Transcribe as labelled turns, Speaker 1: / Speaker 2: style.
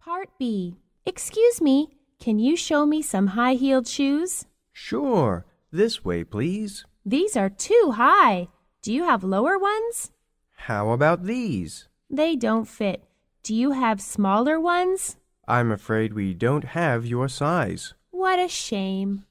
Speaker 1: Part B. Excuse me, can you show me some high heeled shoes?
Speaker 2: Sure. This way, please.
Speaker 1: These are too high. Do you have lower ones?
Speaker 2: How about these?
Speaker 1: They don't fit. Do you have smaller ones?
Speaker 2: I'm afraid we don't have your size.
Speaker 1: What a shame.